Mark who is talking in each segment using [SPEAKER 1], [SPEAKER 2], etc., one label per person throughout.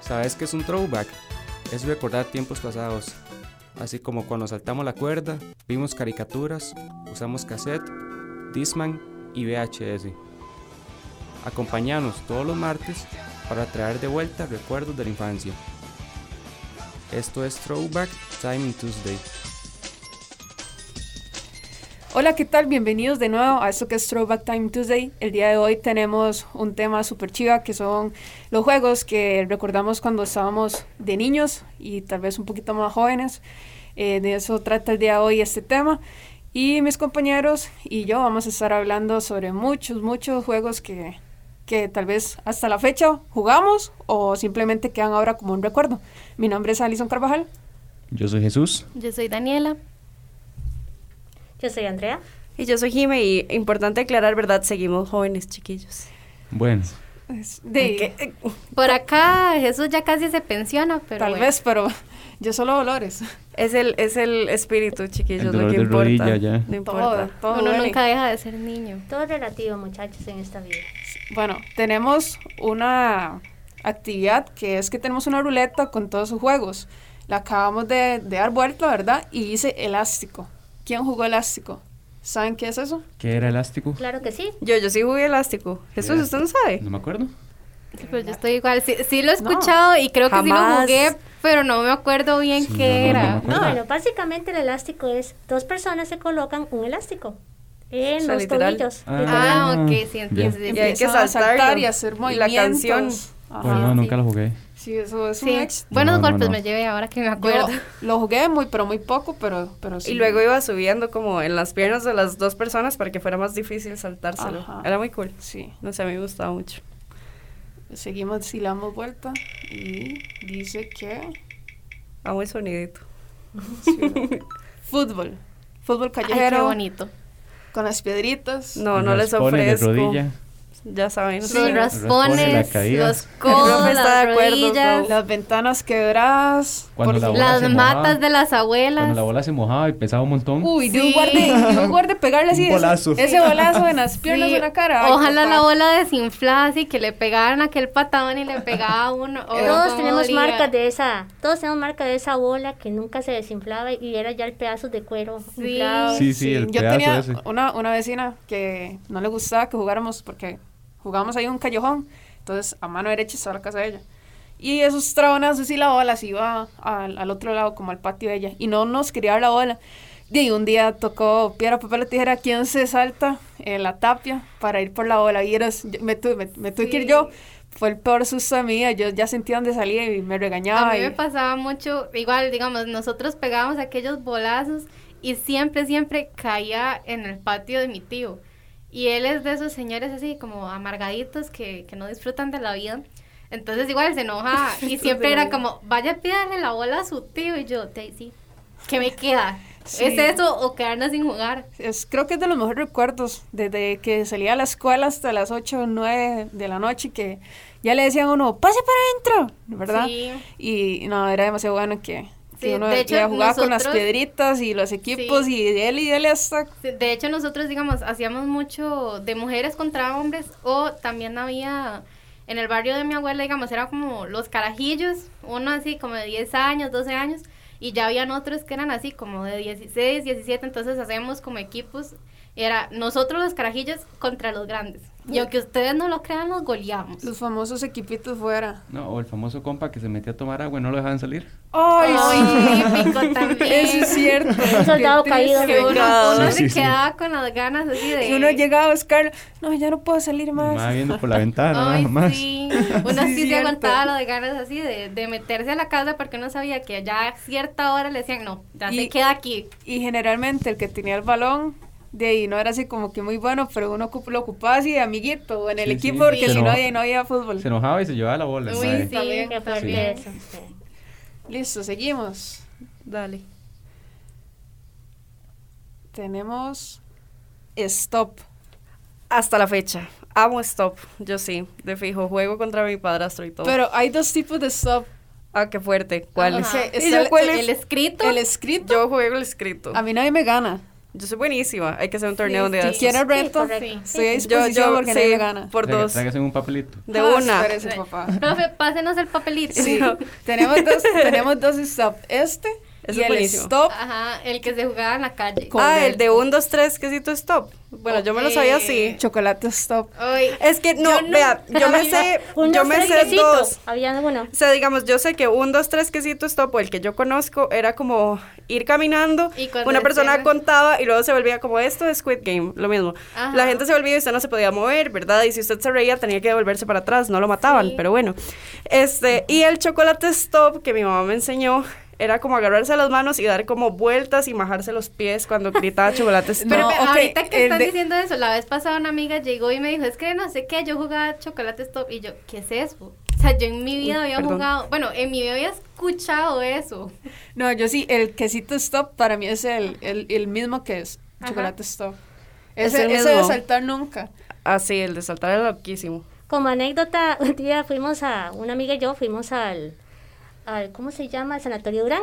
[SPEAKER 1] ¿Sabes qué es un throwback? Es recordar tiempos pasados. Así como cuando saltamos la cuerda, vimos caricaturas, usamos cassette, Disman y VHS. Acompañanos todos los martes para traer de vuelta recuerdos de la infancia. Esto es Throwback Time Tuesday.
[SPEAKER 2] Hola, ¿qué tal? Bienvenidos de nuevo a esto que es Throwback Time Tuesday. El día de hoy tenemos un tema super chiva que son los juegos que recordamos cuando estábamos de niños y tal vez un poquito más jóvenes. Eh, de eso trata el día de hoy este tema. Y mis compañeros y yo vamos a estar hablando sobre muchos, muchos juegos que, que tal vez hasta la fecha jugamos o simplemente quedan ahora como un recuerdo. Mi nombre es Alison Carvajal.
[SPEAKER 3] Yo soy Jesús.
[SPEAKER 4] Yo soy Daniela.
[SPEAKER 5] Yo soy Andrea.
[SPEAKER 6] Y yo soy Jime y importante aclarar, ¿verdad? Seguimos jóvenes, chiquillos.
[SPEAKER 3] Bueno,
[SPEAKER 2] Es De, eh,
[SPEAKER 4] Por acá Jesús ya casi se pensiona, pero
[SPEAKER 2] tal
[SPEAKER 4] bueno.
[SPEAKER 2] vez, pero yo solo dolores.
[SPEAKER 6] Es el, es el espíritu, chiquillos,
[SPEAKER 3] El
[SPEAKER 6] lo
[SPEAKER 3] dolor
[SPEAKER 6] que
[SPEAKER 3] de
[SPEAKER 6] importa.
[SPEAKER 3] rodilla ya.
[SPEAKER 6] No
[SPEAKER 2] Todo,
[SPEAKER 6] importa.
[SPEAKER 2] todo
[SPEAKER 4] uno
[SPEAKER 2] duele.
[SPEAKER 4] nunca deja de ser niño.
[SPEAKER 5] Todo relativo, muchachos, en esta vida.
[SPEAKER 2] Bueno, tenemos una actividad que es que tenemos una ruleta con todos sus juegos. La acabamos de, de dar vuelta, ¿verdad? Y dice elástico. ¿Quién jugó elástico? ¿Saben qué es eso?
[SPEAKER 3] ¿Qué era elástico?
[SPEAKER 5] Claro que sí.
[SPEAKER 6] Yo, yo sí jugué elástico. Jesús,
[SPEAKER 3] Mira.
[SPEAKER 6] ¿usted no sabe?
[SPEAKER 3] No me acuerdo.
[SPEAKER 4] Sí, pero yo estoy igual. Sí, sí lo he
[SPEAKER 2] No.
[SPEAKER 4] escuchado y creo que
[SPEAKER 6] Jamás.
[SPEAKER 4] sí lo jugué, pero no me acuerdo bien
[SPEAKER 3] Sí,
[SPEAKER 4] qué
[SPEAKER 3] no, no, no
[SPEAKER 4] era.
[SPEAKER 3] me
[SPEAKER 6] Ah.
[SPEAKER 3] acuerdo.
[SPEAKER 5] Bueno, básicamente el elástico es dos personas se colocan un elástico en
[SPEAKER 6] O sea,
[SPEAKER 5] los
[SPEAKER 6] literal.
[SPEAKER 5] tobillos.
[SPEAKER 3] Ah.
[SPEAKER 4] Ah, ok, sí,
[SPEAKER 3] Ya.
[SPEAKER 4] entiendo. sí,
[SPEAKER 6] Y
[SPEAKER 4] sí.
[SPEAKER 6] hay que
[SPEAKER 2] Empiezan a saltar
[SPEAKER 6] saltarlo.
[SPEAKER 2] y hacer
[SPEAKER 6] Y
[SPEAKER 2] movimientos.
[SPEAKER 6] la canción.
[SPEAKER 2] Ajá.
[SPEAKER 3] Pero Pues no,
[SPEAKER 4] sí.
[SPEAKER 3] nunca lo jugué.
[SPEAKER 2] Sí, eso es
[SPEAKER 4] Sí,
[SPEAKER 2] un ex.
[SPEAKER 4] buenos
[SPEAKER 3] No, no,
[SPEAKER 4] golpes
[SPEAKER 3] no.
[SPEAKER 4] me llevé ahora que me
[SPEAKER 2] Yo
[SPEAKER 4] acuerdo.
[SPEAKER 2] lo jugué muy, pero muy poco, pero, pero sí.
[SPEAKER 6] Y luego iba subiendo como en las piernas de las dos personas para que fuera más difícil saltárselo.
[SPEAKER 2] Ajá.
[SPEAKER 6] Era muy cool.
[SPEAKER 2] Sí.
[SPEAKER 6] No sé, a mí me gustaba mucho.
[SPEAKER 2] Seguimos, si la damos vuelta. Y dice que...
[SPEAKER 6] Amo el sonidito.
[SPEAKER 2] Fútbol. Fútbol
[SPEAKER 4] Ay,
[SPEAKER 2] callejero.
[SPEAKER 4] qué bonito.
[SPEAKER 2] Con las piedritas.
[SPEAKER 6] No, no les
[SPEAKER 3] Raspones Pues de
[SPEAKER 6] ofrezco.
[SPEAKER 3] rodilla.
[SPEAKER 6] Ya saben.
[SPEAKER 4] Los
[SPEAKER 6] ustedes.
[SPEAKER 3] raspones, la
[SPEAKER 4] raspones,
[SPEAKER 3] caída.
[SPEAKER 4] los
[SPEAKER 6] El
[SPEAKER 4] codos,
[SPEAKER 6] profe está
[SPEAKER 4] las
[SPEAKER 6] de acuerdo,
[SPEAKER 4] rodillas,
[SPEAKER 2] Las ventanas quebradas.
[SPEAKER 3] Cuando la bola se
[SPEAKER 4] las
[SPEAKER 3] mojaba,
[SPEAKER 4] matas de las
[SPEAKER 3] Cuando
[SPEAKER 4] abuelas.
[SPEAKER 3] la bola se mojaba y pesaba un montón.
[SPEAKER 2] Uy,
[SPEAKER 4] Sí.
[SPEAKER 2] yo guardé, yo guardé pegarle así.
[SPEAKER 3] Un
[SPEAKER 2] ese-
[SPEAKER 3] bolazo.
[SPEAKER 2] Ese, bolazo en las piernas
[SPEAKER 4] Sí,
[SPEAKER 2] en la cara. Ay,
[SPEAKER 4] Ojalá
[SPEAKER 2] papá.
[SPEAKER 4] la bola desinflase y que le pegaran aquel patadón y le pegaba a uno. Oh,
[SPEAKER 5] todos
[SPEAKER 4] cómo
[SPEAKER 5] tenemos
[SPEAKER 4] dolía.
[SPEAKER 5] marcas de esa, todos tenemos marca de esa bola que nunca se desinflaba y era ya el pedazo de cuero
[SPEAKER 4] Sí.
[SPEAKER 5] inflado.
[SPEAKER 3] Sí, sí, el
[SPEAKER 2] yo
[SPEAKER 3] pedazo
[SPEAKER 2] tenía
[SPEAKER 3] ese.
[SPEAKER 2] Una, una vecina que no le gustaba que jugáramos porque jugábamos ahí en un callejón. Entonces, a mano derecha estaba la casa de ella. Y esos trabonazos y la bola se iba al, al otro lado, como al patio de ella. Y no nos quería dar la bola. Y un día tocó piedra, papel o tijera, quién se salta en la tapia para ir por la bola. Y eras- yo- me, tuve, me, me tuve que ir
[SPEAKER 4] Sí.
[SPEAKER 2] yo. Fue el peor susto de mi vida. Yo ya sentía dónde salía y me regañaba.
[SPEAKER 4] A mí me
[SPEAKER 2] y-
[SPEAKER 4] pasaba mucho, igual, digamos, nosotros pegábamos aquellos bolazos y siempre, siempre caía en el patio de mi tío. Y él es de esos señores así como amargaditos que, que no disfrutan de la vida. Entonces igual se enoja y siempre era como, vaya pídale la bola a su tío y yo, Daisy, ¿qué me queda?
[SPEAKER 2] Sí.
[SPEAKER 4] ¿Es eso o quedarnos sin jugar?
[SPEAKER 2] Es, creo que es de los mejores recuerdos, desde que salía a la escuela hasta las 8 o 9 de la noche, que ya le decían a uno, pase para adentro, ¿verdad?
[SPEAKER 4] Sí.
[SPEAKER 2] Y no, era demasiado bueno que, que
[SPEAKER 4] Sí,
[SPEAKER 2] uno
[SPEAKER 4] de hecho,
[SPEAKER 2] ya jugaba con las
[SPEAKER 4] nosotros-
[SPEAKER 2] piedritas y los equipos
[SPEAKER 4] Sí.
[SPEAKER 2] y dele y dele hasta...
[SPEAKER 4] Sí, De hecho, nosotros, digamos, hacíamos mucho de mujeres contra hombres o también había en el barrio de mi abuela, digamos, era como los carajillos, uno así como de 10 años, 12 años, y ya habían otros que eran así como de 16, 17, entonces hacíamos como equipos, y era nosotros los carajillos contra los grandes. Y aunque ustedes no lo crean, los goleamos.
[SPEAKER 2] Los famosos equipitos fuera.
[SPEAKER 3] No, o el famoso compa que se metía a tomar agua y no lo dejaban salir.
[SPEAKER 2] ¡Ay,
[SPEAKER 4] Ay,
[SPEAKER 2] sí!
[SPEAKER 4] épico también.
[SPEAKER 2] Eso es cierto.
[SPEAKER 5] Un soldado
[SPEAKER 2] Qué
[SPEAKER 5] caído.
[SPEAKER 4] Que uno,
[SPEAKER 6] Pecado.
[SPEAKER 4] uno
[SPEAKER 3] Sí,
[SPEAKER 4] se
[SPEAKER 3] sí, sí.
[SPEAKER 4] quedaba con las ganas así de...
[SPEAKER 2] triste. Y uno llegaba a buscar, no, ya no puedo salir
[SPEAKER 3] Me va
[SPEAKER 2] más.
[SPEAKER 3] viendo por la ventana,
[SPEAKER 4] Ay,
[SPEAKER 3] nada más.
[SPEAKER 4] sí. Uno
[SPEAKER 2] Ah, Sí,
[SPEAKER 4] sí, se
[SPEAKER 2] cierto.
[SPEAKER 4] aguantaba lo de ganas así de, de meterse a la casa porque uno sabía que ya a cierta hora le decían, no, ya
[SPEAKER 2] Y-
[SPEAKER 4] se queda aquí.
[SPEAKER 2] Y generalmente el que tenía el balón, de ahí no era así como que muy bueno, pero uno ocup- lo ocupaba así de amiguito o en el
[SPEAKER 3] Sí, sí,
[SPEAKER 2] equipo, porque
[SPEAKER 3] sí.
[SPEAKER 2] si no,
[SPEAKER 3] Pero-
[SPEAKER 2] de ahí no había fútbol.
[SPEAKER 3] Se enojaba y se llevaba la bola.
[SPEAKER 4] Uy,
[SPEAKER 3] madre.
[SPEAKER 4] sí.
[SPEAKER 5] Qué fuerte
[SPEAKER 3] Sí.
[SPEAKER 5] eso. sí.
[SPEAKER 2] Listo, seguimos.
[SPEAKER 6] Dale.
[SPEAKER 2] Tenemos stop.
[SPEAKER 6] Hasta la fecha. Amo stop. Yo sí, de fijo. Juego contra mi padrastro y todo.
[SPEAKER 2] Pero hay dos tipos de stop.
[SPEAKER 6] ah, qué fuerte. ¿Cuál
[SPEAKER 4] Ajá.
[SPEAKER 6] es?
[SPEAKER 2] Que
[SPEAKER 6] ¿Y
[SPEAKER 2] está
[SPEAKER 6] yo
[SPEAKER 2] el-
[SPEAKER 6] cuál
[SPEAKER 4] El
[SPEAKER 6] es?
[SPEAKER 4] escrito,
[SPEAKER 2] El escrito,
[SPEAKER 6] Yo juego el escrito.
[SPEAKER 2] a mí nadie me gana.
[SPEAKER 6] Yo soy buenísima. Hay que hacer un torneo
[SPEAKER 4] Sí,
[SPEAKER 6] de
[SPEAKER 4] sí.
[SPEAKER 6] estos.
[SPEAKER 2] ¿Quiero reto?
[SPEAKER 5] correcto.
[SPEAKER 4] Sí.
[SPEAKER 2] Estoy a disposición porque nadie me gana.
[SPEAKER 6] por dos.
[SPEAKER 3] Tráigase un papelito.
[SPEAKER 6] De
[SPEAKER 2] Ah,
[SPEAKER 6] una.
[SPEAKER 2] espérese, papá.
[SPEAKER 4] Profe, pásenos el papelito.
[SPEAKER 2] Sí, tenemos dos, tenemos dos stop. Este
[SPEAKER 6] Eso
[SPEAKER 2] y el
[SPEAKER 6] es buenísimo.
[SPEAKER 2] stop.
[SPEAKER 4] Ajá, el que se jugaba en la calle.
[SPEAKER 6] Ah, el de un, dos, tres, quesito stop. Bueno, yo me lo sabía así.
[SPEAKER 4] Ok.
[SPEAKER 2] Chocolate stop.
[SPEAKER 4] Ay,
[SPEAKER 6] Es que no,
[SPEAKER 4] Yo no-
[SPEAKER 6] vea, yo me sé,
[SPEAKER 5] Un,
[SPEAKER 6] yo
[SPEAKER 5] dos,
[SPEAKER 6] me
[SPEAKER 5] tres,
[SPEAKER 6] sé
[SPEAKER 5] quesito.
[SPEAKER 6] dos.
[SPEAKER 5] Había alguno.
[SPEAKER 6] O sea, digamos, yo sé que un, dos, tres quesito stop, o el que yo conozco, era como ir caminando,
[SPEAKER 4] Y cuando
[SPEAKER 6] una persona
[SPEAKER 4] cierra-
[SPEAKER 6] contaba y luego se volvía como esto es Squid Game, lo mismo.
[SPEAKER 4] Ajá.
[SPEAKER 6] La gente se volvía y usted no se podía mover, ¿verdad? Y si usted se reía tenía que devolverse para atrás, no lo mataban,
[SPEAKER 4] Sí.
[SPEAKER 6] pero bueno. Este, y el chocolate stop que mi mamá me enseñó era como agarrarse las manos y dar como vueltas y majarse los pies cuando gritaba chocolate stop.
[SPEAKER 4] Pero
[SPEAKER 2] No,
[SPEAKER 4] ve,
[SPEAKER 2] ok,
[SPEAKER 4] ahorita que
[SPEAKER 2] el
[SPEAKER 4] están
[SPEAKER 2] de-
[SPEAKER 4] diciendo eso, la vez pasada una amiga llegó y me dijo, es que no sé qué, yo jugaba chocolate stop y yo, ¿qué es eso? O sea, yo en mi vida
[SPEAKER 6] Uy,
[SPEAKER 4] había
[SPEAKER 6] perdón.
[SPEAKER 4] jugado, bueno, en mi vida había escuchado eso.
[SPEAKER 2] No, yo sí, el quesito stop para mí es el, el, el mismo que es
[SPEAKER 4] Ajá.
[SPEAKER 2] chocolate stop.
[SPEAKER 6] Es
[SPEAKER 2] Ese,
[SPEAKER 6] el
[SPEAKER 2] ese de
[SPEAKER 6] mismo.
[SPEAKER 2] saltar nunca.
[SPEAKER 6] Así, el de saltar era loquísimo.
[SPEAKER 5] Como anécdota, un día fuimos a, una amiga y yo fuimos al, al ¿cómo se llama? Al Sanatorio Durán.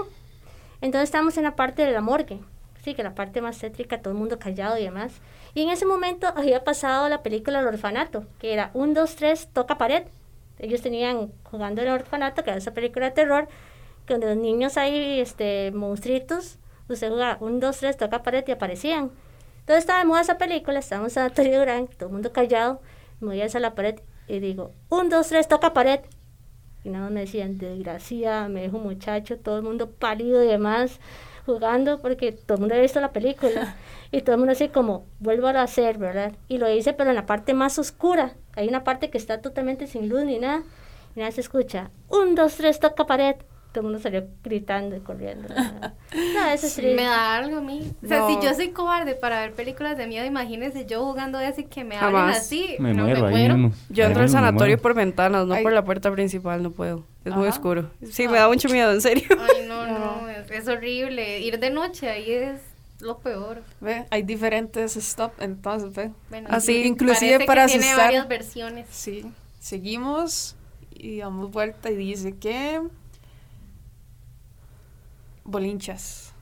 [SPEAKER 5] Entonces estábamos en la parte de la morgue, sí, que la parte más tétrica, todo el mundo callado y demás. Y en ese momento había pasado la película El Orfanato, que era un, dos, tres, toca pared. Ellos tenían jugando El Orfanato, que era esa película de terror, que donde los niños ahí, este, monstruitos, usted jugaba un, dos, tres, toca pared y aparecían. Entonces estábamos en esa película, estábamos en Sanatorio Durán, todo el mundo callado, me voy hacia la pared y digo, un, dos, tres, toca pared. Y nada más me decían, desgracia, me dijo muchacho, todo el mundo pálido y demás, jugando, porque todo el mundo había visto la película. y todo el mundo así como, vuelvo a hacer, ¿verdad? Y lo hice, pero en la parte más oscura. Hay una parte que está totalmente sin luz ni nada. Y nada, se escucha, un, dos, tres, toca pared. Todo el mundo salió gritando y corriendo. ¿verdad? No, eso es triste.
[SPEAKER 4] Me da algo a mí. O sea,
[SPEAKER 2] No.
[SPEAKER 4] si yo soy cobarde para ver películas de miedo, imagínense yo jugando eso y que me hablen
[SPEAKER 6] Jamás.
[SPEAKER 4] así.
[SPEAKER 3] Me
[SPEAKER 4] no,
[SPEAKER 3] muero
[SPEAKER 4] me
[SPEAKER 3] ahí
[SPEAKER 4] muero.
[SPEAKER 3] mismo.
[SPEAKER 6] Yo
[SPEAKER 3] Ahí
[SPEAKER 6] entro al
[SPEAKER 3] mismo me
[SPEAKER 6] sanatorio
[SPEAKER 3] muero.
[SPEAKER 6] por ventanas, no
[SPEAKER 2] Ay.
[SPEAKER 6] por la puerta principal, no puedo. Es muy
[SPEAKER 2] Ajá.
[SPEAKER 6] oscuro. Sí, me da mucho miedo, en serio.
[SPEAKER 4] Ay, no, no, es, es horrible. Ir de noche ahí es lo peor.
[SPEAKER 2] Ve, hay diferentes stop, entonces, ve.
[SPEAKER 4] Bueno,
[SPEAKER 2] Así,
[SPEAKER 4] sí,
[SPEAKER 2] inclusive
[SPEAKER 4] parece que
[SPEAKER 2] para
[SPEAKER 4] tiene
[SPEAKER 2] asustar.
[SPEAKER 4] varias versiones.
[SPEAKER 2] Sí, seguimos y damos vuelta y dice que bolinchas.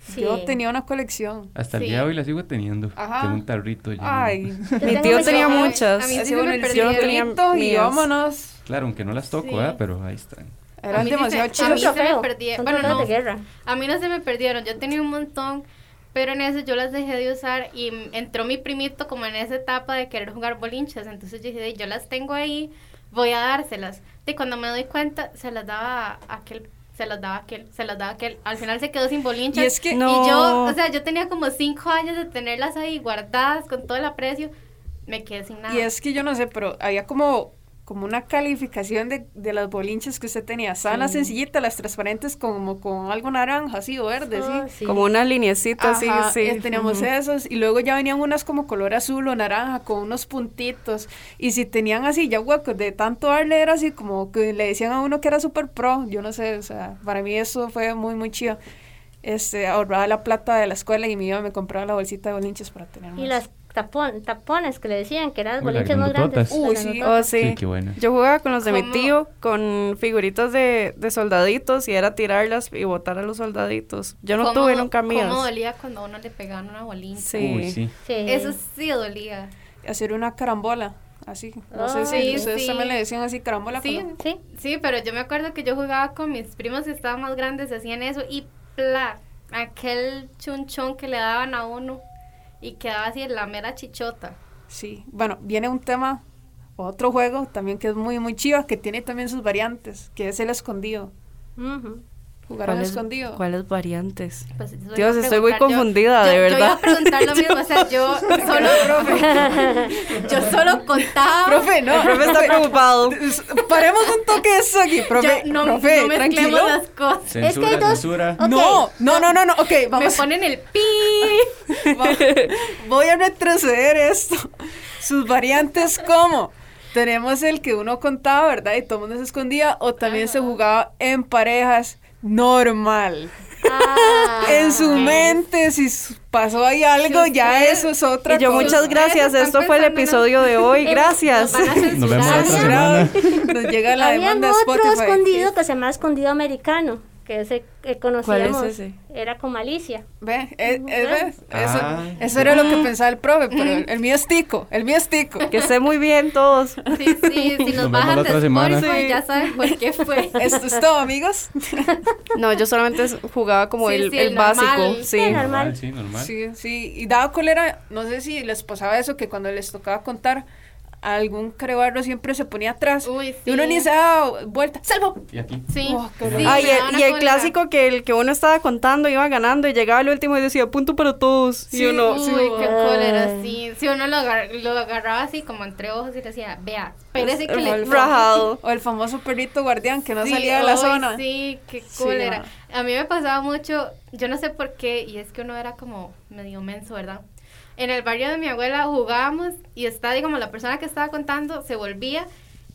[SPEAKER 5] Sí.
[SPEAKER 2] Yo tenía una colección.
[SPEAKER 3] Hasta el
[SPEAKER 4] Sí.
[SPEAKER 3] día de hoy la sigo teniendo.
[SPEAKER 2] Ajá.
[SPEAKER 3] Tengo un tarrito lleno.
[SPEAKER 2] Ay,
[SPEAKER 5] Yo
[SPEAKER 6] Mi
[SPEAKER 5] tengo
[SPEAKER 6] tío
[SPEAKER 5] mucho-
[SPEAKER 6] tenía
[SPEAKER 4] Ay,
[SPEAKER 6] muchas.
[SPEAKER 4] a mí
[SPEAKER 6] Así,
[SPEAKER 4] sí se me
[SPEAKER 6] yo
[SPEAKER 4] perdieron.
[SPEAKER 6] no tenía
[SPEAKER 2] Bonito, y
[SPEAKER 6] mías.
[SPEAKER 2] vámonos.
[SPEAKER 3] Claro, aunque no las toco,
[SPEAKER 4] Sí.
[SPEAKER 3] ¿verdad? pero ahí están.
[SPEAKER 4] A
[SPEAKER 2] Eran
[SPEAKER 4] mí dice-
[SPEAKER 2] demasiado
[SPEAKER 4] a mí
[SPEAKER 5] Son
[SPEAKER 2] chidos.
[SPEAKER 4] se me
[SPEAKER 5] trofeos,
[SPEAKER 4] perdía-
[SPEAKER 5] son
[SPEAKER 4] bueno,
[SPEAKER 5] trofeos
[SPEAKER 4] no.
[SPEAKER 5] de guerra.
[SPEAKER 4] A mí no se me perdieron, yo tenía un montón, pero en eso yo las dejé de usar y m- entró mi primito como en esa etapa de querer jugar bolinchas, entonces yo dije, "Dey, yo las tengo ahí, voy a dárselas. Y cuando me doy cuenta, se las daba a aquel, se las daba a aquel, se las daba a aquel. Al final se quedó sin bolinchas.
[SPEAKER 2] Y es que-
[SPEAKER 6] No.
[SPEAKER 4] yo, o sea, yo tenía como cinco años de tenerlas ahí guardadas con todo el aprecio, me quedé sin nada.
[SPEAKER 2] Y es que yo no sé, pero había como, como una calificación de, de las bolinchas que usted tenía. Estaban las sencillitas, las transparentes, como con algo naranja, así, o verde,
[SPEAKER 5] Oh,
[SPEAKER 2] sí.
[SPEAKER 5] sí.
[SPEAKER 6] Como una linecita, así,
[SPEAKER 2] Ajá,
[SPEAKER 6] sí.
[SPEAKER 2] eh, teníamos
[SPEAKER 6] este, Ujú.
[SPEAKER 2] esos y luego ya venían unas como color azul o naranja con unos puntitos y si tenían así ya huecos de tanto darle era así como que le decían a uno que era super pro, yo no sé, o sea, para mí eso fue muy muy chido. Este, ahorraba la plata de la escuela y mi iba me compraba la bolsita de bolinches para tener más.
[SPEAKER 5] Y las tapon, tapones que le decían que eran
[SPEAKER 3] Uy, las
[SPEAKER 5] boliches más grandes.
[SPEAKER 3] grandototas.
[SPEAKER 2] Uy,
[SPEAKER 5] Las
[SPEAKER 2] sí.
[SPEAKER 5] grandototas.
[SPEAKER 6] Oh, sí.
[SPEAKER 3] Sí, qué buena.
[SPEAKER 6] Yo jugaba con los de mi
[SPEAKER 4] ¿Cómo?
[SPEAKER 6] tío, con figuritas de, de soldaditos y era tirarlas y botar a los soldaditos. Yo no
[SPEAKER 4] ¿Cómo
[SPEAKER 6] tuve
[SPEAKER 4] do-
[SPEAKER 6] nunca
[SPEAKER 4] ¿Cómo
[SPEAKER 6] mías.
[SPEAKER 4] dolía cuando a uno le pegaban una bolincha?
[SPEAKER 6] Sí.
[SPEAKER 3] Uy, sí.
[SPEAKER 5] Sí.
[SPEAKER 4] Eso sí dolía.
[SPEAKER 2] Hacer una carambola, así. No sé si
[SPEAKER 5] Ay,
[SPEAKER 2] ustedes
[SPEAKER 4] sí.
[SPEAKER 2] también le decían así carambola.
[SPEAKER 4] Sí,
[SPEAKER 2] cuando-
[SPEAKER 5] Sí.
[SPEAKER 4] Sí, pero yo me acuerdo que yo jugaba con mis primos que estaban más grandes, hacían eso y pla, aquel chunchón que le daban a uno y quedaba así en la mera chichota.
[SPEAKER 2] Sí, bueno, viene un tema, otro juego también que es muy, muy chiva, que tiene también sus variantes, que es el escondido.
[SPEAKER 5] Ujú.
[SPEAKER 2] Jugar al
[SPEAKER 6] ¿Cuáles-
[SPEAKER 2] escondido.
[SPEAKER 6] ¿Cuáles variantes?
[SPEAKER 4] Pues, eso iba
[SPEAKER 6] Dios,
[SPEAKER 4] a
[SPEAKER 6] estoy muy
[SPEAKER 4] preguntar yo.
[SPEAKER 6] confundida,
[SPEAKER 4] Yo-
[SPEAKER 6] de
[SPEAKER 4] Yo iba
[SPEAKER 6] verdad.
[SPEAKER 4] a preguntar lo mismo, o sea, yo solo, yo solo contaba.
[SPEAKER 2] Profe, no.
[SPEAKER 6] El profe está preocupado.
[SPEAKER 2] Paremos un toque eso aquí, profe.
[SPEAKER 4] yo- no,
[SPEAKER 2] profe,
[SPEAKER 4] no mezclemos
[SPEAKER 2] tranquilo.
[SPEAKER 4] las cosas.
[SPEAKER 5] Es que
[SPEAKER 3] Censura,
[SPEAKER 5] hay dos-
[SPEAKER 3] censura.
[SPEAKER 5] Ok.
[SPEAKER 2] No, no, no, no, no. Ok, vamos.
[SPEAKER 4] Me ponen el pi.
[SPEAKER 2] Va- Voy a retroceder esto. Sus variantes, ¿cómo? Tenemos el que uno contaba, ¿verdad? Y todo el mundo se escondía, o también se jugaba en parejas normal.
[SPEAKER 6] Eh,
[SPEAKER 5] Ah,
[SPEAKER 2] en su mente, si s- pasó ahí algo,
[SPEAKER 4] Si
[SPEAKER 2] ya
[SPEAKER 4] usted-
[SPEAKER 2] eso es otra
[SPEAKER 6] Y yo,
[SPEAKER 2] cosa.
[SPEAKER 6] muchas gracias.
[SPEAKER 4] Ustedes
[SPEAKER 6] Esto
[SPEAKER 4] están
[SPEAKER 6] fue el
[SPEAKER 4] pensando en-
[SPEAKER 6] episodio de hoy.
[SPEAKER 4] Nos
[SPEAKER 6] Gracias.
[SPEAKER 4] van a
[SPEAKER 3] Nos vemos
[SPEAKER 4] censurar.
[SPEAKER 3] otra semana.
[SPEAKER 2] Nos llega la
[SPEAKER 5] Había
[SPEAKER 2] demanda de
[SPEAKER 5] otro
[SPEAKER 2] Spotify.
[SPEAKER 5] escondido que se llama escondido americano. que ese que conocíamos.
[SPEAKER 6] ese?
[SPEAKER 5] Era con malicia.
[SPEAKER 2] Ve, es- es- ves, eso,
[SPEAKER 3] Ah,
[SPEAKER 2] eso era lo que pensaba el profe, pero el, el mío es tico, el mío es tico.
[SPEAKER 6] Que esté muy bien todos.
[SPEAKER 4] Sí, sí, si nos
[SPEAKER 3] Nos vemos
[SPEAKER 4] bajan
[SPEAKER 3] la
[SPEAKER 4] de
[SPEAKER 3] otra semana.
[SPEAKER 4] Spotify,
[SPEAKER 6] Sí.
[SPEAKER 4] ya saben por qué fue.
[SPEAKER 2] Esto es todo, amigos.
[SPEAKER 6] No, yo solamente jugaba como
[SPEAKER 4] Sí,
[SPEAKER 6] el,
[SPEAKER 4] sí,
[SPEAKER 6] el
[SPEAKER 4] el normal.
[SPEAKER 6] básico. Sí.
[SPEAKER 5] Sí,
[SPEAKER 3] normal.
[SPEAKER 5] normal.
[SPEAKER 3] Sí, normal.
[SPEAKER 2] Sí, sí. Y daba cólera, no sé si les pasaba eso, que cuando les tocaba contar, algún carebarro siempre se ponía atrás.
[SPEAKER 4] Uy,
[SPEAKER 2] Y uno
[SPEAKER 4] sí.
[SPEAKER 2] ni se daba vuelta. ¡Salvo!
[SPEAKER 3] Y aquí.
[SPEAKER 4] Sí.
[SPEAKER 2] Oh, qué
[SPEAKER 4] sí,
[SPEAKER 2] horror.
[SPEAKER 6] Ah, y
[SPEAKER 4] me da
[SPEAKER 6] el,
[SPEAKER 4] una
[SPEAKER 6] y el
[SPEAKER 4] cólera.
[SPEAKER 6] clásico que el que uno estaba contando iba ganando y llegaba el último y decía punto para todos. y uno,
[SPEAKER 4] uy,
[SPEAKER 6] sí. Ah.
[SPEAKER 4] qué cólera,
[SPEAKER 5] Ay.
[SPEAKER 4] sí. Si uno lo, agar- lo agarraba así como entre ojos y le decía, vea, espérese que le...
[SPEAKER 6] el rajado.
[SPEAKER 2] O el famoso perrito guardián que no
[SPEAKER 4] Sí,
[SPEAKER 2] salía de la
[SPEAKER 4] ay,
[SPEAKER 2] zona.
[SPEAKER 4] Sí, qué
[SPEAKER 2] Sí,
[SPEAKER 4] cólera.
[SPEAKER 2] ma.
[SPEAKER 4] A mí me pasaba mucho, yo no sé por qué, y es que uno era como medio menso, ¿verdad? En el barrio de mi abuela jugábamos y está, digamos, la persona que estaba contando se volvía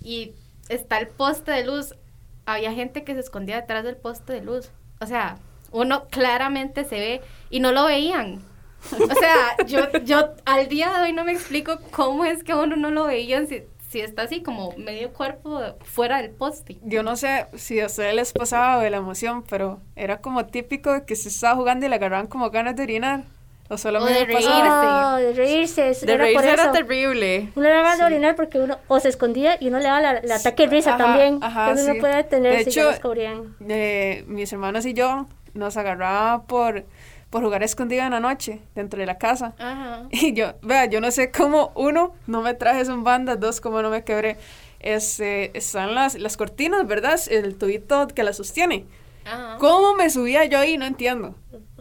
[SPEAKER 4] y está el poste de luz. Había gente que se escondía detrás del poste de luz. O sea, uno claramente se ve y no lo veían. O sea, yo, yo al día de hoy no me explico cómo es que a uno no lo veían si, si está así como medio cuerpo fuera del poste.
[SPEAKER 2] Yo no sé si a ustedes les pasaba de la emoción, pero era como típico de que se estaba jugando y le agarraban como ganas de orinar. O solo
[SPEAKER 4] O
[SPEAKER 2] me
[SPEAKER 4] de
[SPEAKER 2] pasaba.
[SPEAKER 4] reírse.
[SPEAKER 5] Oh, de reírse.
[SPEAKER 6] De
[SPEAKER 5] era por
[SPEAKER 6] reírse era
[SPEAKER 5] eso.
[SPEAKER 6] terrible.
[SPEAKER 5] Uno era más de orinar porque uno o se escondía y uno le daba la- el ataque de risa
[SPEAKER 2] Ajá,
[SPEAKER 5] también.
[SPEAKER 2] ajá,
[SPEAKER 5] Entonces
[SPEAKER 2] sí.
[SPEAKER 5] uno puede tener
[SPEAKER 2] De
[SPEAKER 5] si
[SPEAKER 2] hecho,
[SPEAKER 5] ya los cubrían.
[SPEAKER 2] Eh, mis hermanos y yo nos agarraba por, por jugar a escondida en la noche dentro de la casa.
[SPEAKER 4] Ajá.
[SPEAKER 2] Y yo, vea, yo no sé cómo, uno, no me traje son bandas, dos, cómo no me quebré. Este, están las, las cortinas, ¿verdad? El tubito que las sostiene.
[SPEAKER 4] Ajá.
[SPEAKER 2] ¿Cómo me subía yo ahí? No entiendo.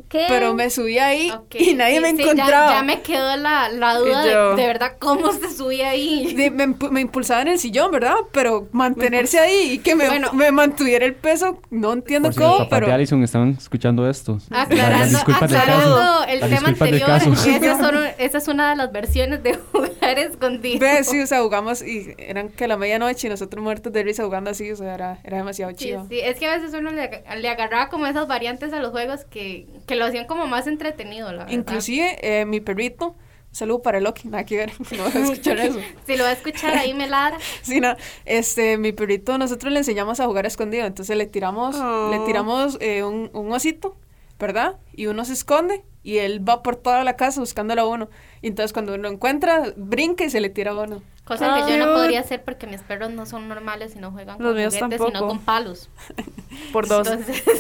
[SPEAKER 5] ¿Qué?
[SPEAKER 2] Pero me subía ahí
[SPEAKER 4] Ok,
[SPEAKER 2] y nadie
[SPEAKER 4] sí,
[SPEAKER 2] me
[SPEAKER 4] sí, ya-
[SPEAKER 2] encontraba.
[SPEAKER 4] Ya, me quedó la, la duda
[SPEAKER 6] Y yo-
[SPEAKER 4] de, de verdad cómo se subía ahí.
[SPEAKER 2] De- me, impu- me impulsaba en el sillón, ¿verdad? Pero mantenerse ahí y que me,
[SPEAKER 4] Bueno.
[SPEAKER 2] me mantuviera el peso, no entiendo
[SPEAKER 3] Por si los
[SPEAKER 2] cómo,
[SPEAKER 3] papás
[SPEAKER 2] pero...
[SPEAKER 3] de Allison están escuchando esto. Las
[SPEAKER 4] Aclarando,
[SPEAKER 3] disculpas del
[SPEAKER 4] aclarando
[SPEAKER 3] caso.
[SPEAKER 4] el
[SPEAKER 3] Las
[SPEAKER 4] tema
[SPEAKER 3] disculpas del
[SPEAKER 4] anterior,
[SPEAKER 3] caso.
[SPEAKER 4] esa, son- esa es una de las versiones de jugar escondido.
[SPEAKER 2] Ve, sí, o sea, jugamos y eran que la medianoche y nosotros muertos de risa jugando así, o sea, era, era demasiado
[SPEAKER 4] Sí,
[SPEAKER 2] chido.
[SPEAKER 4] sí, es que a veces uno le, aga- le agarraba como esas variantes a los juegos que, que lo hacían como más entretenido, la verdad.
[SPEAKER 2] Inclusive, eh, mi perrito, un saludo para Loki, nada que ver, no voy a escuchar eso.
[SPEAKER 4] Si lo va a escuchar ahí me ladra.
[SPEAKER 2] Sí, no, este, mi perrito, nosotros le enseñamos a jugar a escondido, entonces le tiramos,
[SPEAKER 6] Oh.
[SPEAKER 2] le tiramos eh, un, un osito, ¿verdad? Y uno se esconde y él va por toda la casa buscándolo a uno. Y entonces cuando uno encuentra, brinca y se le tira a uno.
[SPEAKER 4] Cosa que yo
[SPEAKER 6] Cute.
[SPEAKER 4] no podría hacer porque mis perros no son normales y no juegan
[SPEAKER 6] Los
[SPEAKER 4] con
[SPEAKER 6] míos
[SPEAKER 4] juguetes, sino
[SPEAKER 6] tampoco.
[SPEAKER 4] con palos.
[SPEAKER 6] Por dos.
[SPEAKER 4] Entonces,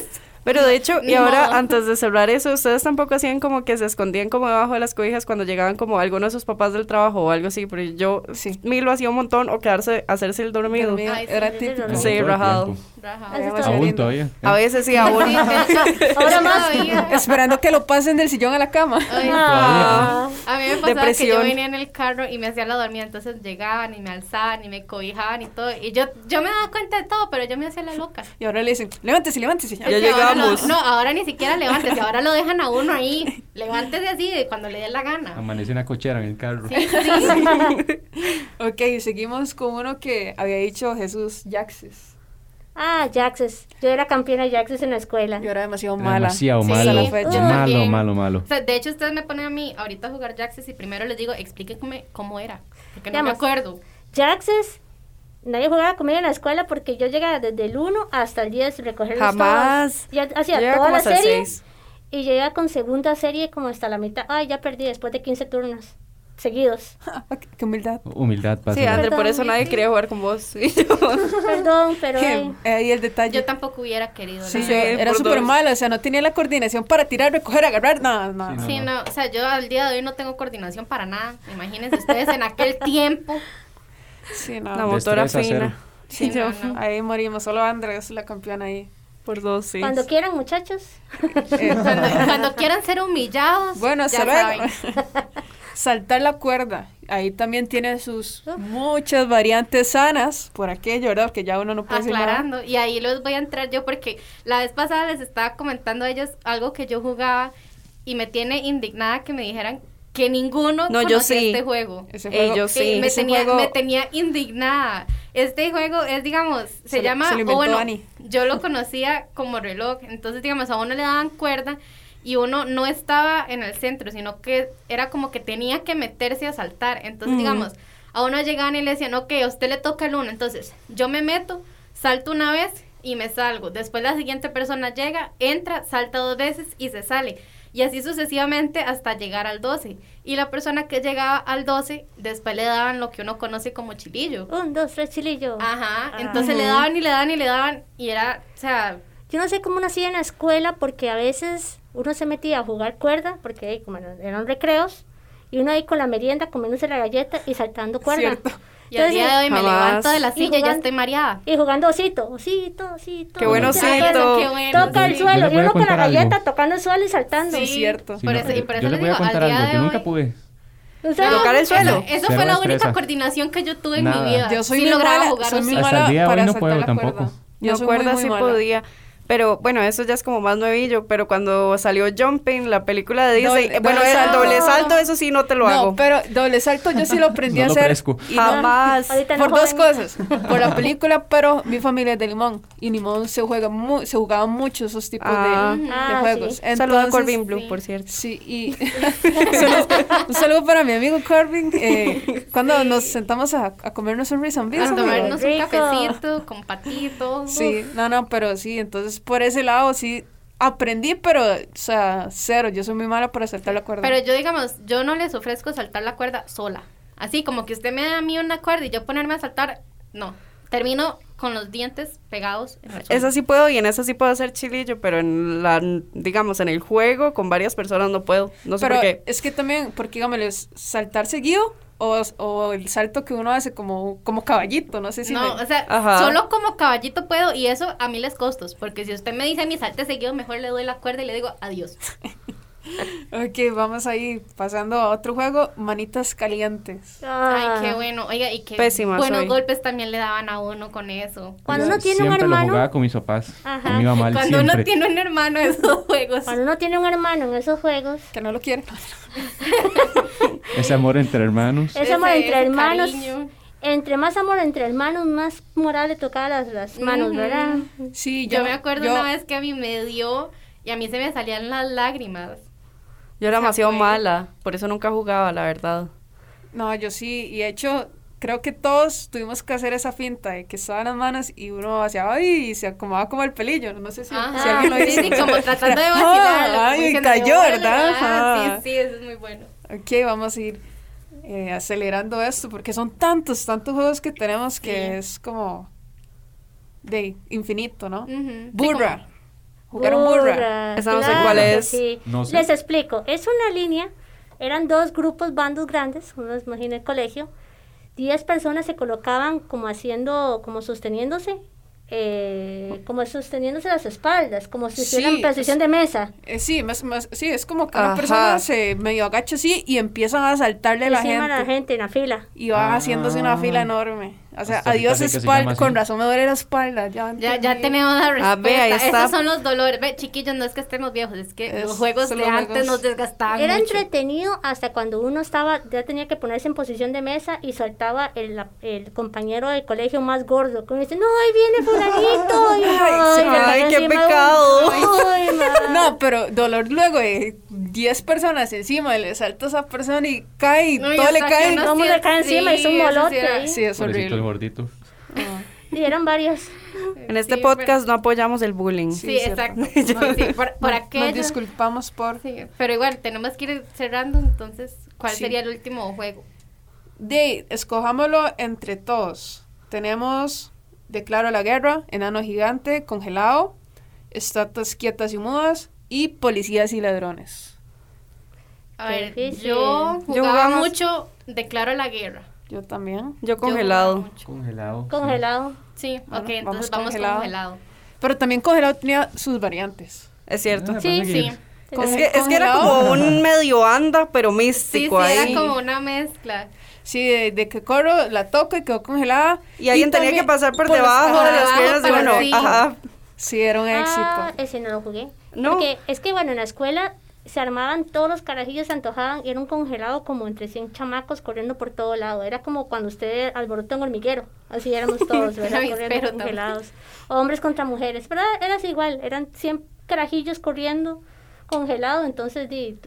[SPEAKER 6] Pero de hecho, y
[SPEAKER 4] Ni
[SPEAKER 6] ahora
[SPEAKER 4] modo.
[SPEAKER 6] antes de cerrar eso, ustedes tampoco hacían como que se escondían como debajo de las cobijas cuando llegaban como algunos de sus papás del trabajo o algo así, pero yo
[SPEAKER 2] Sí.
[SPEAKER 6] mil lo hacía un montón o quedarse, hacerse el dormido.
[SPEAKER 2] Dormido,
[SPEAKER 4] Ay, sí,
[SPEAKER 2] era
[SPEAKER 4] es de
[SPEAKER 2] típico.
[SPEAKER 5] dormir.
[SPEAKER 6] Sí,
[SPEAKER 3] Todo el
[SPEAKER 6] rajado.
[SPEAKER 3] tiempo.
[SPEAKER 4] raja.
[SPEAKER 5] Así
[SPEAKER 2] Además,
[SPEAKER 5] está
[SPEAKER 2] Qué
[SPEAKER 3] Aún
[SPEAKER 5] bien.
[SPEAKER 2] lindo.
[SPEAKER 3] todavía.
[SPEAKER 6] A veces sí, aún.
[SPEAKER 4] Sí, de hecho,
[SPEAKER 5] Ahora
[SPEAKER 4] yo
[SPEAKER 5] más.
[SPEAKER 4] todavía-
[SPEAKER 2] Esperando que lo pasen del sillón a la cama.
[SPEAKER 4] Ay,
[SPEAKER 5] Ah,
[SPEAKER 4] A mí me pasaba
[SPEAKER 6] Depresión.
[SPEAKER 4] que yo venía en el carro y me hacía la dormida, entonces llegaban y me alzaban y me cobijaban y todo. Y yo, yo me daba cuenta de todo, pero yo me hacía la loca.
[SPEAKER 2] Y ahora le dicen, levántese, levántese.
[SPEAKER 6] Ya
[SPEAKER 4] Es que ahora
[SPEAKER 6] llegamos.
[SPEAKER 4] lo- no, ahora ni siquiera levántese, ahora lo dejan a uno ahí. Levántese así de cuando le dé la gana.
[SPEAKER 3] Amanece una cochera en el carro.
[SPEAKER 2] Ok, seguimos con uno que había dicho Jesús Jaxes.
[SPEAKER 5] ah, Jaxes. Yo era campeona de Jaxes en la escuela.
[SPEAKER 2] Yo era demasiado
[SPEAKER 3] Era
[SPEAKER 2] mala.
[SPEAKER 3] Demasiado
[SPEAKER 4] Sí,
[SPEAKER 3] malo.
[SPEAKER 2] yo
[SPEAKER 3] Malo,
[SPEAKER 4] también.
[SPEAKER 3] malo, malo.
[SPEAKER 4] O sea, de hecho, ustedes me ponen a mí ahorita a jugar Jaxes y primero les digo, explíquenme cómo era. Porque no me
[SPEAKER 5] Veamos.
[SPEAKER 4] acuerdo.
[SPEAKER 5] Jaxes, nadie jugaba conmigo en la escuela porque yo llegaba desde el 1 hasta el 10 recoger
[SPEAKER 6] Jamás.
[SPEAKER 5] los todos. Yo hacía
[SPEAKER 6] Llega
[SPEAKER 5] toda
[SPEAKER 6] como
[SPEAKER 5] la
[SPEAKER 6] hasta el
[SPEAKER 5] serie
[SPEAKER 6] seis.
[SPEAKER 5] y llegaba con segunda serie como hasta la mitad. Ay, ya perdí después de 15 turnos seguidos.
[SPEAKER 2] Ah, qué humildad.
[SPEAKER 3] Humildad pasa.
[SPEAKER 6] Sí, André, por
[SPEAKER 5] Perdón,
[SPEAKER 6] eso
[SPEAKER 5] mi
[SPEAKER 6] nadie
[SPEAKER 5] tío.
[SPEAKER 6] quería jugar con vos. Sí, yo.
[SPEAKER 5] Perdón, pero eh, ay,
[SPEAKER 2] Que, Ahí el detalle.
[SPEAKER 4] Yo tampoco hubiera querido. la
[SPEAKER 2] Sí,
[SPEAKER 4] verdad.
[SPEAKER 2] era
[SPEAKER 6] por
[SPEAKER 2] súper
[SPEAKER 6] dos.
[SPEAKER 2] malo, o sea, no tenía la coordinación para tirar, recoger, agarrar, nada, nada.
[SPEAKER 3] Sí,
[SPEAKER 4] Sí, no,
[SPEAKER 3] No,
[SPEAKER 4] o sea, yo al día de hoy no tengo coordinación para nada. Imagínense ustedes en aquel tiempo.
[SPEAKER 2] Sí,
[SPEAKER 6] La
[SPEAKER 2] no.
[SPEAKER 6] motora
[SPEAKER 3] Destreza
[SPEAKER 6] fina.
[SPEAKER 4] Sí,
[SPEAKER 6] yo.
[SPEAKER 4] no, no.
[SPEAKER 2] Ahí morimos, solo Andrés es la campeona ahí.
[SPEAKER 6] Por dos, sí.
[SPEAKER 5] cuando quieran, muchachos.
[SPEAKER 2] Eh,
[SPEAKER 4] Cuando, cuando quieran ser humillados.
[SPEAKER 2] bueno,
[SPEAKER 4] ya
[SPEAKER 2] hasta luego.
[SPEAKER 4] saben.
[SPEAKER 2] Saltar la cuerda. Ahí también tiene sus muchas variantes sanas por aquello, ¿verdad? Que ya uno Pues no puede decir nada.
[SPEAKER 4] Aclarando. Y ahí los voy a entrar yo porque la vez pasada les estaba comentando a ellos algo que yo jugaba y me tiene indignada que me dijeran que ninguno
[SPEAKER 6] No, yo
[SPEAKER 4] conocía
[SPEAKER 6] sí.
[SPEAKER 4] este juego.
[SPEAKER 2] Ese
[SPEAKER 6] Eh,
[SPEAKER 2] juego-
[SPEAKER 6] yo
[SPEAKER 4] Sí,
[SPEAKER 6] sí.
[SPEAKER 4] me,
[SPEAKER 2] ese
[SPEAKER 4] tenía,
[SPEAKER 2] juego-
[SPEAKER 4] me tenía indignada. Este juego es, digamos, se,
[SPEAKER 2] Se lo-
[SPEAKER 4] llama,
[SPEAKER 2] se lo
[SPEAKER 4] o
[SPEAKER 2] inventó
[SPEAKER 4] bueno,
[SPEAKER 2] Ani.
[SPEAKER 4] yo lo conocía como reloj, entonces, digamos, a uno le daban cuerda y uno no estaba en el centro, sino que era como que tenía que meterse a saltar, entonces,
[SPEAKER 2] Ujú.
[SPEAKER 4] digamos, a uno llegaban y le decían, ok, a usted le toca el uno, entonces, yo me meto, salto una vez y me salgo. Después la siguiente persona llega, entra, salta dos veces y se sale. Y así sucesivamente hasta llegar al 12. Y la persona que llegaba al 12, después le daban lo que uno conoce como chilillo.
[SPEAKER 5] Un, dos, tres, chilillo.
[SPEAKER 4] Ajá,
[SPEAKER 5] Ah.
[SPEAKER 4] entonces le daban y le daban y le daban y era, o sea,
[SPEAKER 5] Yo no sé cómo uno hacía en la escuela porque a veces uno se metía a jugar cuerda porque ahí como eran eran recreos y uno ahí con la merienda comiéndose la galleta y saltando cuerda.
[SPEAKER 6] Cierto.
[SPEAKER 4] y al día de hoy me
[SPEAKER 6] Jamás.
[SPEAKER 4] levanto de la
[SPEAKER 5] Y
[SPEAKER 4] silla y ya
[SPEAKER 5] jugando-
[SPEAKER 4] estoy mareada.
[SPEAKER 5] Y jugando osito, osito, osito.
[SPEAKER 6] Qué buen
[SPEAKER 5] osito,
[SPEAKER 6] osito.
[SPEAKER 4] Qué bueno,
[SPEAKER 5] Toca el
[SPEAKER 4] sí.
[SPEAKER 3] Yo
[SPEAKER 5] suelo,
[SPEAKER 3] les
[SPEAKER 5] y
[SPEAKER 3] voy a
[SPEAKER 5] uno con la
[SPEAKER 3] contar algo.
[SPEAKER 5] galleta tocando el suelo y saltando.
[SPEAKER 6] Sí, cierto.
[SPEAKER 3] Sí,
[SPEAKER 4] Por
[SPEAKER 3] no,
[SPEAKER 4] eso- y por eso
[SPEAKER 3] yo les
[SPEAKER 4] les
[SPEAKER 3] voy a
[SPEAKER 4] digo, al
[SPEAKER 3] contar algo.
[SPEAKER 4] día de
[SPEAKER 3] Yo nunca
[SPEAKER 4] hoy-
[SPEAKER 3] pude.
[SPEAKER 5] ¿Ustedes?
[SPEAKER 6] Tocar el suelo.
[SPEAKER 4] Eso
[SPEAKER 3] Cero
[SPEAKER 4] fue la
[SPEAKER 3] destreza.
[SPEAKER 4] única coordinación que yo tuve en
[SPEAKER 3] Nada.
[SPEAKER 4] mi vida.
[SPEAKER 2] Yo soy
[SPEAKER 4] sí
[SPEAKER 2] muy
[SPEAKER 4] lograba
[SPEAKER 2] mala,
[SPEAKER 4] jugar
[SPEAKER 2] soy
[SPEAKER 4] un
[SPEAKER 2] muy
[SPEAKER 4] solo.
[SPEAKER 3] Hasta el
[SPEAKER 2] mala
[SPEAKER 3] día de hoy
[SPEAKER 2] para
[SPEAKER 3] no
[SPEAKER 2] saltar
[SPEAKER 3] puedo
[SPEAKER 2] la cuerda.
[SPEAKER 3] tampoco.
[SPEAKER 2] Yo
[SPEAKER 6] Yo
[SPEAKER 2] soy
[SPEAKER 6] cuerda
[SPEAKER 2] muy,
[SPEAKER 6] sí
[SPEAKER 2] muy mala.
[SPEAKER 6] podía. Pero bueno, eso ya es como más nuevillo. Pero cuando salió Jumping, la película de Disney,
[SPEAKER 2] Doble-
[SPEAKER 6] eh, bueno,
[SPEAKER 2] doble
[SPEAKER 6] el
[SPEAKER 2] salto.
[SPEAKER 6] doble salto, eso sí no te lo
[SPEAKER 2] no,
[SPEAKER 6] hago.
[SPEAKER 2] pero doble salto yo sí lo aprendí
[SPEAKER 3] No
[SPEAKER 2] a
[SPEAKER 3] lo
[SPEAKER 2] hacer.
[SPEAKER 3] ofrezco.
[SPEAKER 2] y no-
[SPEAKER 6] Jamás.
[SPEAKER 5] Ahorita no
[SPEAKER 2] por dos
[SPEAKER 5] joven.
[SPEAKER 2] cosas. Por la película, pero mi familia es de Limón. Y Limón se juega mu- se jugaban mucho esos tipos de-
[SPEAKER 6] Ah.
[SPEAKER 2] de,
[SPEAKER 5] Ah,
[SPEAKER 2] juegos.
[SPEAKER 5] sí.
[SPEAKER 6] Saludos a
[SPEAKER 2] Entonces-
[SPEAKER 6] Corbin Blue, por cierto.
[SPEAKER 2] Sí, y Saludos- un saludo para mi amigo Corbin. eh, cuando nos sentamos a, a comernos un Reason
[SPEAKER 4] A tomarnos un
[SPEAKER 5] Rico.
[SPEAKER 4] cafecito con patitos.
[SPEAKER 2] Sí, no, no, pero sí, entonces por ese lado sí aprendí, pero, o sea, cero. Yo soy muy mala para saltar la cuerda.
[SPEAKER 4] Pero yo, digamos, yo no les ofrezco saltar la cuerda sola. Así como que usted me da a mí una cuerda y yo ponerme a saltar, no. Termino con los dientes pegados en la suela.
[SPEAKER 6] Esa sí puedo y en esa sí puedo hacer chilillo, pero en la, digamos, en el juego con varias personas no puedo. No sé
[SPEAKER 2] Pero
[SPEAKER 6] por qué.
[SPEAKER 4] eh,
[SPEAKER 2] es que también, porque dígame, es saltar seguido o, o el salto que uno hace como, como caballito, no sé si...
[SPEAKER 4] no,
[SPEAKER 2] me-
[SPEAKER 4] o sea,
[SPEAKER 6] Ajá.
[SPEAKER 4] solo como caballito puedo y eso a mí les costos, porque si usted me dice a mí salte seguido, mejor le doy la cuerda y le digo adiós.
[SPEAKER 2] Ok, vamos ahí pasando a otro juego, manitas calientes.
[SPEAKER 5] Ah.
[SPEAKER 4] Ay, qué bueno. Oiga, y qué
[SPEAKER 6] Pésima
[SPEAKER 4] buenos
[SPEAKER 6] soy.
[SPEAKER 4] golpes también le daban a uno con eso.
[SPEAKER 5] Cuando uno tiene un
[SPEAKER 3] siempre
[SPEAKER 5] hermano-
[SPEAKER 3] lo jugaba con mis papás.
[SPEAKER 5] Ajá.
[SPEAKER 3] Con mi mamá,
[SPEAKER 4] Cuando
[SPEAKER 3] siempre.
[SPEAKER 4] uno tiene un hermano de esos juegos.
[SPEAKER 5] Cuando uno tiene un hermano en esos juegos,
[SPEAKER 2] Que no lo quieren.
[SPEAKER 3] Ese amor entre hermanos.
[SPEAKER 5] ese amor
[SPEAKER 4] Ese-
[SPEAKER 5] entre
[SPEAKER 4] ese
[SPEAKER 5] hermanos,
[SPEAKER 4] cariño.
[SPEAKER 5] entre más amor entre hermanos, más moral le tocaba las, las manos,
[SPEAKER 4] Ujú.
[SPEAKER 5] ¿verdad?
[SPEAKER 2] Sí,
[SPEAKER 4] Yo me acuerdo una vez que a mí me dio y a mí se me salían las lágrimas.
[SPEAKER 6] Yo era
[SPEAKER 4] O sea,
[SPEAKER 6] demasiado
[SPEAKER 4] fue-
[SPEAKER 6] mala, por eso nunca jugaba, la verdad.
[SPEAKER 2] No, yo sí, y de hecho, creo que todos tuvimos que hacer esa finta de que estaban las manos y uno hacía, ay, y se acomodaba como el pelillo, no sé si,
[SPEAKER 4] Ajá,
[SPEAKER 2] si alguien lo
[SPEAKER 4] sí,
[SPEAKER 2] hizo.
[SPEAKER 4] sí, como tratando de
[SPEAKER 2] Ah,
[SPEAKER 4] vacilar.
[SPEAKER 2] ay, cayó, ¿verdad? Ajá.
[SPEAKER 4] Sí, sí, eso es muy bueno.
[SPEAKER 2] Ok, vamos a ir eh, acelerando esto porque son tantos, tantos juegos que tenemos que
[SPEAKER 4] Sí.
[SPEAKER 2] es como de infinito, ¿no?
[SPEAKER 4] Ujú.
[SPEAKER 2] Burra. Jugaron burra.
[SPEAKER 6] Esa no sé
[SPEAKER 5] claro
[SPEAKER 6] cuál
[SPEAKER 5] que
[SPEAKER 6] es.
[SPEAKER 5] sí.
[SPEAKER 3] No sé.
[SPEAKER 5] Les explico. Es una línea. Eran dos grupos, bandos grandes. Uno es imagina el colegio. Diez personas se colocaban como haciendo, como sosteniéndose, eh, como sosteniéndose las espaldas, como si
[SPEAKER 2] Sí,
[SPEAKER 5] estuvieran en posición de mesa.
[SPEAKER 2] Eh, sí, más, más, sí, es como que una
[SPEAKER 6] Ajá.
[SPEAKER 2] persona se medio agacha así y empiezan a saltarle a la
[SPEAKER 5] encima de
[SPEAKER 2] gente.
[SPEAKER 5] la gente en la fila.
[SPEAKER 2] Y va
[SPEAKER 3] Ah.
[SPEAKER 2] haciéndose una fila enorme. O sea,
[SPEAKER 3] Hasta ahorita
[SPEAKER 2] adiós
[SPEAKER 3] sé que se llama
[SPEAKER 2] espalda.
[SPEAKER 3] así.
[SPEAKER 2] Con razón me duele la espalda. Ya,
[SPEAKER 4] Ya,
[SPEAKER 2] entendí.
[SPEAKER 4] ya tenemos la respuesta.
[SPEAKER 6] Ah, ve, ahí está.
[SPEAKER 4] Esos son los dolores. Ve, chiquillos, no es que estemos viejos, es que
[SPEAKER 2] Es-
[SPEAKER 4] los juegos de
[SPEAKER 2] son los
[SPEAKER 4] antes
[SPEAKER 2] juegos.
[SPEAKER 4] nos desgastaban
[SPEAKER 5] Era
[SPEAKER 4] mucho.
[SPEAKER 5] entretenido hasta cuando uno estaba, ya tenía que ponerse en posición de mesa y saltaba el, la- el compañero del colegio más gordo. Que uno dice, no, ahí viene fulanito. Y,
[SPEAKER 2] Ay, sí,
[SPEAKER 5] le
[SPEAKER 6] ay,
[SPEAKER 5] cae
[SPEAKER 6] qué
[SPEAKER 5] encima de uno.
[SPEAKER 6] pecado.
[SPEAKER 5] Ay, ma.
[SPEAKER 2] No, pero dolor luego de 10 personas encima, le salta a esa persona y cae, y
[SPEAKER 4] No, y
[SPEAKER 2] todo le
[SPEAKER 4] hasta que
[SPEAKER 2] cae.
[SPEAKER 4] uno
[SPEAKER 5] Todo el mundo le cae encima, es un
[SPEAKER 4] eso sí
[SPEAKER 5] molote
[SPEAKER 4] era-
[SPEAKER 5] ahí.
[SPEAKER 2] Sí, es
[SPEAKER 3] Pobrecito el
[SPEAKER 2] horrible.
[SPEAKER 3] gordito.
[SPEAKER 5] Y eran varios.
[SPEAKER 6] En este
[SPEAKER 4] Eh, Sí,
[SPEAKER 6] podcast no apoyamos el bullying.
[SPEAKER 4] pero-
[SPEAKER 2] Sí,
[SPEAKER 4] Sí,
[SPEAKER 2] es cierto.
[SPEAKER 4] exacto. No, sí, por, por
[SPEAKER 2] Nos-
[SPEAKER 4] aquello.
[SPEAKER 2] Nos disculpamos por...
[SPEAKER 4] Sí, pero igual, tenemos que ir cerrando, entonces, ¿cuál
[SPEAKER 2] Sí.
[SPEAKER 4] sería el último juego?
[SPEAKER 2] De, escojámoslo entre todos. Tenemos Declaro la Guerra, Enano Gigante, Congelado, Estatuas Quietas y Mudas y Policías y Ladrones.
[SPEAKER 4] A
[SPEAKER 5] Qué
[SPEAKER 4] ver,
[SPEAKER 5] difícil.
[SPEAKER 4] yo jugaba,
[SPEAKER 5] Yo
[SPEAKER 6] jugaba más-
[SPEAKER 4] mucho Declaro la Guerra.
[SPEAKER 2] Yo también.
[SPEAKER 6] Yo
[SPEAKER 4] Yo
[SPEAKER 6] congelado.
[SPEAKER 4] jugaba mucho.
[SPEAKER 3] Congelado.
[SPEAKER 5] Congelado.
[SPEAKER 4] Sí,
[SPEAKER 2] Bueno,
[SPEAKER 4] ok,
[SPEAKER 2] vamos
[SPEAKER 4] entonces vamos
[SPEAKER 2] congelado.
[SPEAKER 4] congelado.
[SPEAKER 2] Pero también Congelado tenía sus variantes.
[SPEAKER 6] es cierto.
[SPEAKER 3] Ah,
[SPEAKER 5] Sí,
[SPEAKER 3] pasa
[SPEAKER 4] Sí,
[SPEAKER 3] que-
[SPEAKER 4] sí,
[SPEAKER 6] Es que, es que era como un medio anda, pero
[SPEAKER 4] ¿Eh? sí,
[SPEAKER 6] místico ahí.
[SPEAKER 4] era como una mezcla.
[SPEAKER 2] Sí, de, de que corro, la toco y quedó congelada.
[SPEAKER 6] Y alguien tenía
[SPEAKER 2] también
[SPEAKER 6] que pasar por,
[SPEAKER 2] por las-
[SPEAKER 6] debajo
[SPEAKER 4] por
[SPEAKER 6] de las
[SPEAKER 4] debajo
[SPEAKER 6] piernas de
[SPEAKER 4] para
[SPEAKER 6] uno.
[SPEAKER 4] sí.
[SPEAKER 6] Ajá.
[SPEAKER 2] Sí, era un
[SPEAKER 5] Ah,
[SPEAKER 2] éxito.
[SPEAKER 5] ese no lo jugué.
[SPEAKER 6] No.
[SPEAKER 5] Porque es que, bueno, en la escuela se armaban todos los carajillos, se antojaban y era un congelado como entre 100 chamacos corriendo por todo lado. Era como cuando usted alborotó en hormiguero. Así éramos todos, ¿verdad?
[SPEAKER 4] Ay,
[SPEAKER 5] corriendo
[SPEAKER 4] espero
[SPEAKER 5] congelados. Hombres contra mujeres. Pero eras igual, eran 100 carajillos corriendo congelado. Entonces, di,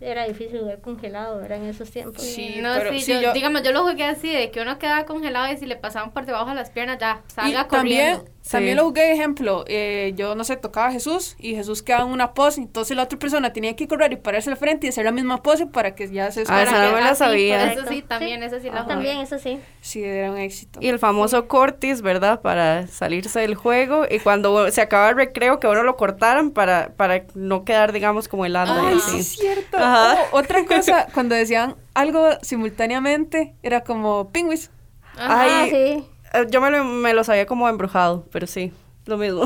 [SPEAKER 5] era difícil jugar congelado, ¿verdad? En esos tiempos.
[SPEAKER 2] Sí,
[SPEAKER 4] no,
[SPEAKER 2] pero
[SPEAKER 4] sí,
[SPEAKER 2] sí,
[SPEAKER 4] yo,
[SPEAKER 2] yo-
[SPEAKER 4] digamos, yo lo jugué así, de que uno quedaba congelado y si le pasaban por debajo de las piernas, ya,
[SPEAKER 2] Y
[SPEAKER 4] salga
[SPEAKER 2] también
[SPEAKER 4] corriendo.
[SPEAKER 2] También lo jugué, ejemplo, eh, yo no sé, tocaba a Jesús y Jesús quedaba en una pose, entonces la otra persona tenía que correr y pararse al frente y hacer la misma pose para que ya se
[SPEAKER 6] Ah, esa
[SPEAKER 4] Para
[SPEAKER 6] no
[SPEAKER 4] que-
[SPEAKER 6] me la
[SPEAKER 4] ah, sí,
[SPEAKER 6] sabía.
[SPEAKER 4] por Eso
[SPEAKER 5] Correcto.
[SPEAKER 4] sí, también, eso sí la
[SPEAKER 5] Ajá.
[SPEAKER 4] jugué.
[SPEAKER 5] Ah, También, eso sí.
[SPEAKER 2] Sí, era un éxito.
[SPEAKER 6] Y el famoso cortis, ¿verdad? Para salirse del juego. Y cuando se acaba el recreo, que a uno lo cortaran para, para no quedar, digamos, como helando. y
[SPEAKER 2] Ay,
[SPEAKER 6] así.
[SPEAKER 2] sí es cierto. Oh,
[SPEAKER 6] Ajá.
[SPEAKER 2] O- otra cosa, cuando decían algo simultáneamente, era como pingüis.
[SPEAKER 4] Ajá.
[SPEAKER 5] Ah,
[SPEAKER 6] Ay,
[SPEAKER 5] sí.
[SPEAKER 6] Eh, Yo me lo, me lo sabía como embrujado, pero sí, lo mismo.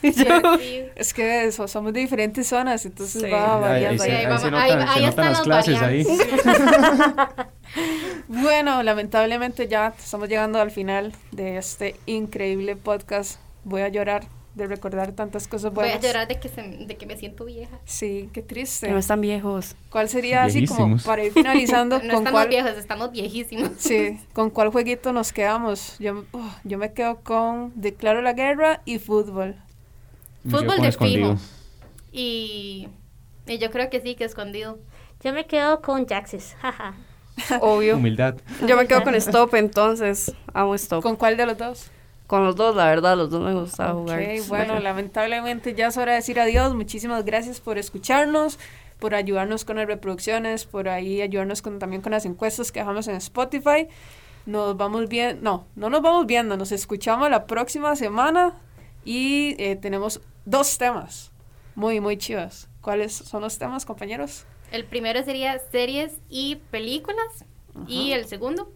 [SPEAKER 4] Sí,
[SPEAKER 6] Yo-
[SPEAKER 4] sí.
[SPEAKER 2] Es que eso, somos de diferentes zonas, entonces
[SPEAKER 6] Sí.
[SPEAKER 2] va
[SPEAKER 3] Ahí, ahí
[SPEAKER 2] variando.
[SPEAKER 3] se,
[SPEAKER 4] ahí
[SPEAKER 3] ahí
[SPEAKER 4] vamos.
[SPEAKER 3] se
[SPEAKER 4] Ahí-
[SPEAKER 3] notan,
[SPEAKER 4] ahí
[SPEAKER 3] se
[SPEAKER 4] están
[SPEAKER 3] notan las
[SPEAKER 4] las
[SPEAKER 3] clases ahí.
[SPEAKER 2] Bueno, lamentablemente ya estamos llegando al final de este increíble podcast. Voy a llorar de recordar tantas cosas
[SPEAKER 4] Voy
[SPEAKER 2] buenas.
[SPEAKER 4] a llorar de que, se, de que me siento vieja.
[SPEAKER 2] Sí, qué triste.
[SPEAKER 6] No están viejos.
[SPEAKER 2] ¿Cuál sería así como
[SPEAKER 3] Viejísimos.
[SPEAKER 2] para ir finalizando
[SPEAKER 4] No
[SPEAKER 2] con
[SPEAKER 4] estamos
[SPEAKER 2] cuál?
[SPEAKER 4] viejos, estamos viejísimos.
[SPEAKER 2] Sí, ¿con cuál jueguito nos quedamos? Yo, uf, yo me quedo con Declaro la Guerra y fútbol.
[SPEAKER 3] Me quedo
[SPEAKER 4] Fútbol
[SPEAKER 3] con
[SPEAKER 4] de
[SPEAKER 3] escondido.
[SPEAKER 4] fijo. Y, y yo creo que sí, que escondido.
[SPEAKER 5] Yo me quedo con Jaxis. Jaja.
[SPEAKER 6] Obvio.
[SPEAKER 3] Humildad.
[SPEAKER 6] Yo me quedo con Stop, entonces amo Stop.
[SPEAKER 2] ¿Con cuál de los dos?
[SPEAKER 6] Con los dos, la verdad, los dos me gustaba jugar.
[SPEAKER 2] Ok, bueno, lamentablemente ya es hora de decir adiós. Muchísimas gracias por escucharnos, por ayudarnos con las reproducciones, por ahí ayudarnos con, también con las encuestas que dejamos en Spotify. Nos vamos bien, no, no nos vamos viendo, nos escuchamos la próxima semana y eh, tenemos dos temas muy, muy chivas. ¿Cuáles son los temas, compañeros?
[SPEAKER 4] El primero sería series y películas. Y el segundo,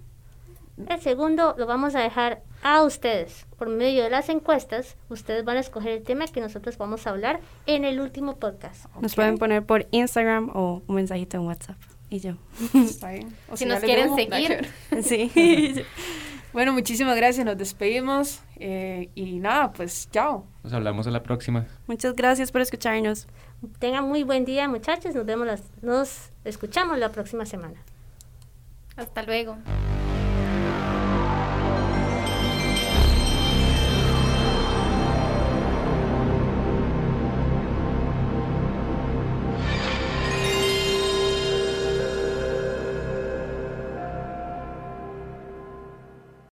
[SPEAKER 5] El segundo lo vamos a dejar a ustedes. Por medio de las encuestas, ustedes van a escoger el tema que nosotros vamos a hablar en el último podcast.
[SPEAKER 6] Nos pueden poner por Instagram o un mensajito en WhatsApp. Y yo.
[SPEAKER 2] Está bien. O
[SPEAKER 4] Si
[SPEAKER 2] señales
[SPEAKER 4] nos
[SPEAKER 2] de
[SPEAKER 4] quieren
[SPEAKER 2] humo, nada que
[SPEAKER 4] seguir.
[SPEAKER 2] ver.
[SPEAKER 6] Sí.
[SPEAKER 2] Bueno, muchísimas gracias, nos despedimos eh, y nada, pues chao.
[SPEAKER 3] Nos hablamos a la próxima.
[SPEAKER 6] Muchas gracias por escucharnos.
[SPEAKER 5] Tengan muy buen día, muchachos. Nos vemos, las- nos escuchamos la próxima semana.
[SPEAKER 4] hasta luego.